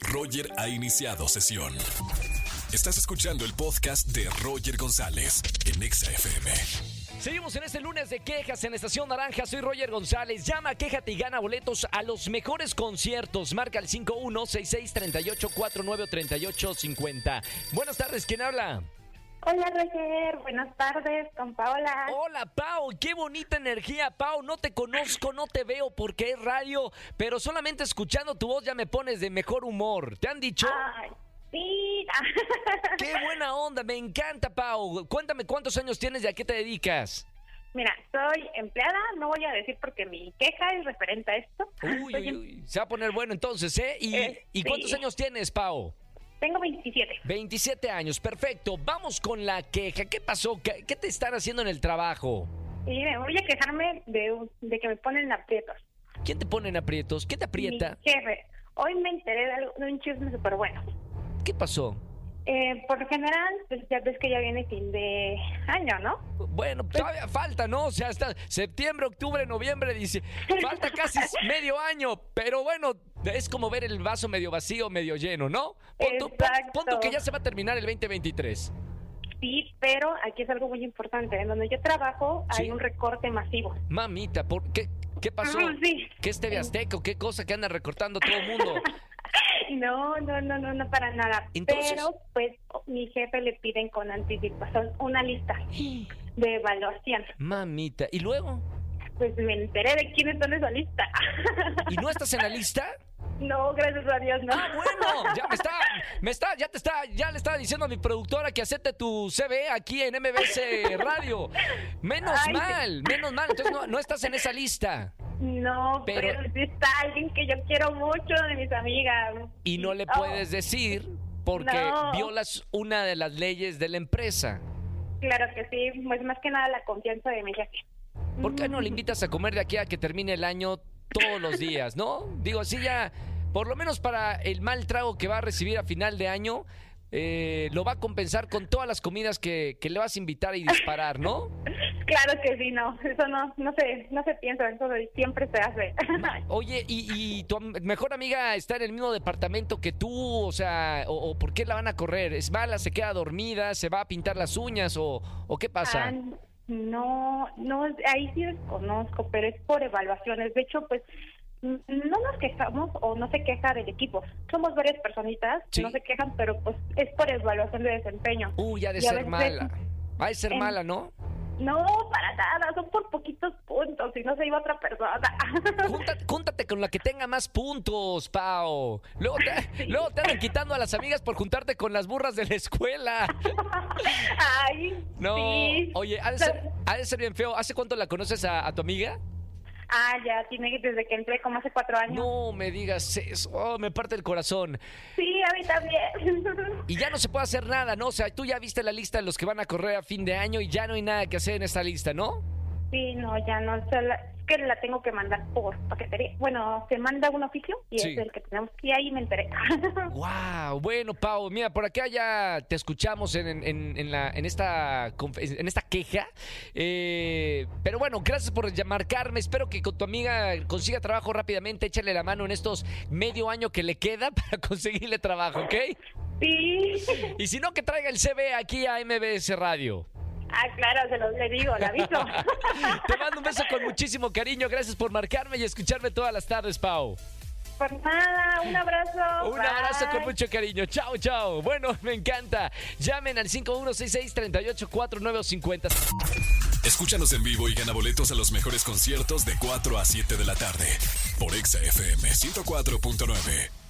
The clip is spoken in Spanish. Roger ha iniciado sesión. Estás escuchando el podcast de Roger González en Exa FM. Seguimos en este lunes de quejas en Estación Naranja. Soy Roger González. Llama, quéjate y gana boletos a los mejores conciertos. Marca el 516638493850. Buenas tardes, ¿quién habla? Hola Roger, buenas tardes con Paola. Hola Pau, qué bonita energía Pau, no te conozco, no te veo porque es radio, pero solamente escuchando tu voz ya me pones de mejor humor. ¿Te han dicho? Ay, sí. ¡Qué buena onda! Me encanta Pau. Cuéntame cuántos años tienes y a qué te dedicas. Mira, soy empleada, no voy a decir porque mi queja es referente a esto. Uy, Soy uy, em- uy, se va a poner bueno entonces, ¿eh? ¿Y, Eh, ¿y cuántos sí. años tienes Pau? Tengo 27. 27 años, perfecto. Vamos con la queja. ¿Qué pasó? ¿Qué, qué te están haciendo en el trabajo? Y me voy a quejarme de, un- de que me ponen aprietos. ¿Quién te pone en aprietos? ¿Qué te aprieta? Mi jefe, hoy me enteré de, algo- de un chisme súper bueno. ¿Qué pasó? Eh, por lo general, pues ya ves que ya viene fin de año, ¿no? Bueno, todavía falta, ¿no? O sea, hasta septiembre, octubre, noviembre, dice, falta casi medio año, pero bueno, es como ver el vaso medio vacío, medio lleno, ¿no? Pon tú- pon- Exacto. pon tú que ya se va a terminar el 2023. Sí, pero aquí es algo muy importante. En donde yo trabajo Sí. hay un recorte masivo. Mamita, ¿por qué, qué pasó? Ah, sí. ¿Qué es TV Azteca o qué cosa que anda recortando todo el mundo? No, no, no, no, no para nada. Entonces- Pero pues mi jefe le piden con anticipación una lista de evaluación. Mamita, ¿y luego? Pues me enteré de quiénes son esa lista. ¿Y no estás en la lista? No, gracias a Dios, no. Ah, bueno, ya me está, me está, ya te está, ya le estaba diciendo a mi productora que acepte tu CV aquí en MBC Radio. Menos Ay, mal, menos mal, entonces no, no estás en esa lista. No, Pero- pero... sí está alguien que yo quiero mucho de mis amigas. Y no le Oh, puedes decir porque No. violas una de las leyes de la empresa. Claro que sí, pues más que nada la confianza de mi jefe. ¿Por qué Mm. no le invitas a comer de aquí a que termine el año todos los días, no? Digo, así ya, por lo menos para el mal trago que va a recibir a final de año, eh, lo va a compensar con todas las comidas que, que le vas a invitar y disparar, ¿no? Claro que sí, no, eso no, no se, no se piensa, eso siempre se hace. Oye, ¿y, y tu am- mejor amiga está en el mismo departamento que tú? O sea, ¿o, o por qué la van a correr? ¿Es mala? ¿Se queda dormida? ¿Se va a pintar las uñas? ¿O, o qué pasa? Ah, no, no, ahí sí desconozco, pero es por evaluaciones. De hecho, pues n- no nos quejamos o no se queja del equipo. Somos varias personitas, que Sí. no se quejan, pero pues es por evaluación de desempeño. Uy, ha de y a ser veces- mala. Va a ser en- mala, ¿no? No, para nada, son por poquitos puntos, si no se iba otra persona. Júntate, júntate con la que tenga más puntos, Pao. Luego te, luego te andan quitando a las amigas por juntarte con las burras de la escuela. Ay, No. sí. Oye, ha de, ser, ha de ser bien feo. ¿Hace cuánto la conoces a- a tu amiga? Ah, ya, tiene desde que entré como hace cuatro años. No me digas eso. Oh, me parte el corazón. Sí, a mí también. Y ya no se puede hacer nada, ¿no? O sea, tú ya viste la lista de los que van a correr a fin de año y ya no hay nada que hacer en esta lista, ¿no? Sí, no, ya no. o sea, la- es que la tengo que mandar por paquetería. Bueno, se manda un oficio y Sí. es el que tenemos. Y ahí me enteré. ¡Wow! Bueno, Pau, mira, por acá ya te escuchamos en, en- en- en la, en, esta, conf- en esta queja. Eh, pero bueno, gracias por llam- marcarme. Espero que con tu amiga consiga trabajo rápidamente. Échale la mano en estos medio año que le queda para conseguirle trabajo, ¿ok? sí. Y si no, que traiga el CV aquí a MBS Radio. Ah, claro, se los le digo, le aviso. Te mando un beso con muchísimo cariño. Gracias por marcarme y escucharme todas las tardes, Pau. por Pues nada, un abrazo. Un abrazo bye. con mucho cariño. Chao, chao. Bueno, me encanta. Llamen al 5166-384950. Escúchanos en vivo y gana boletos a los mejores conciertos de 4 a 7 de la tarde por Exa FM 104.9.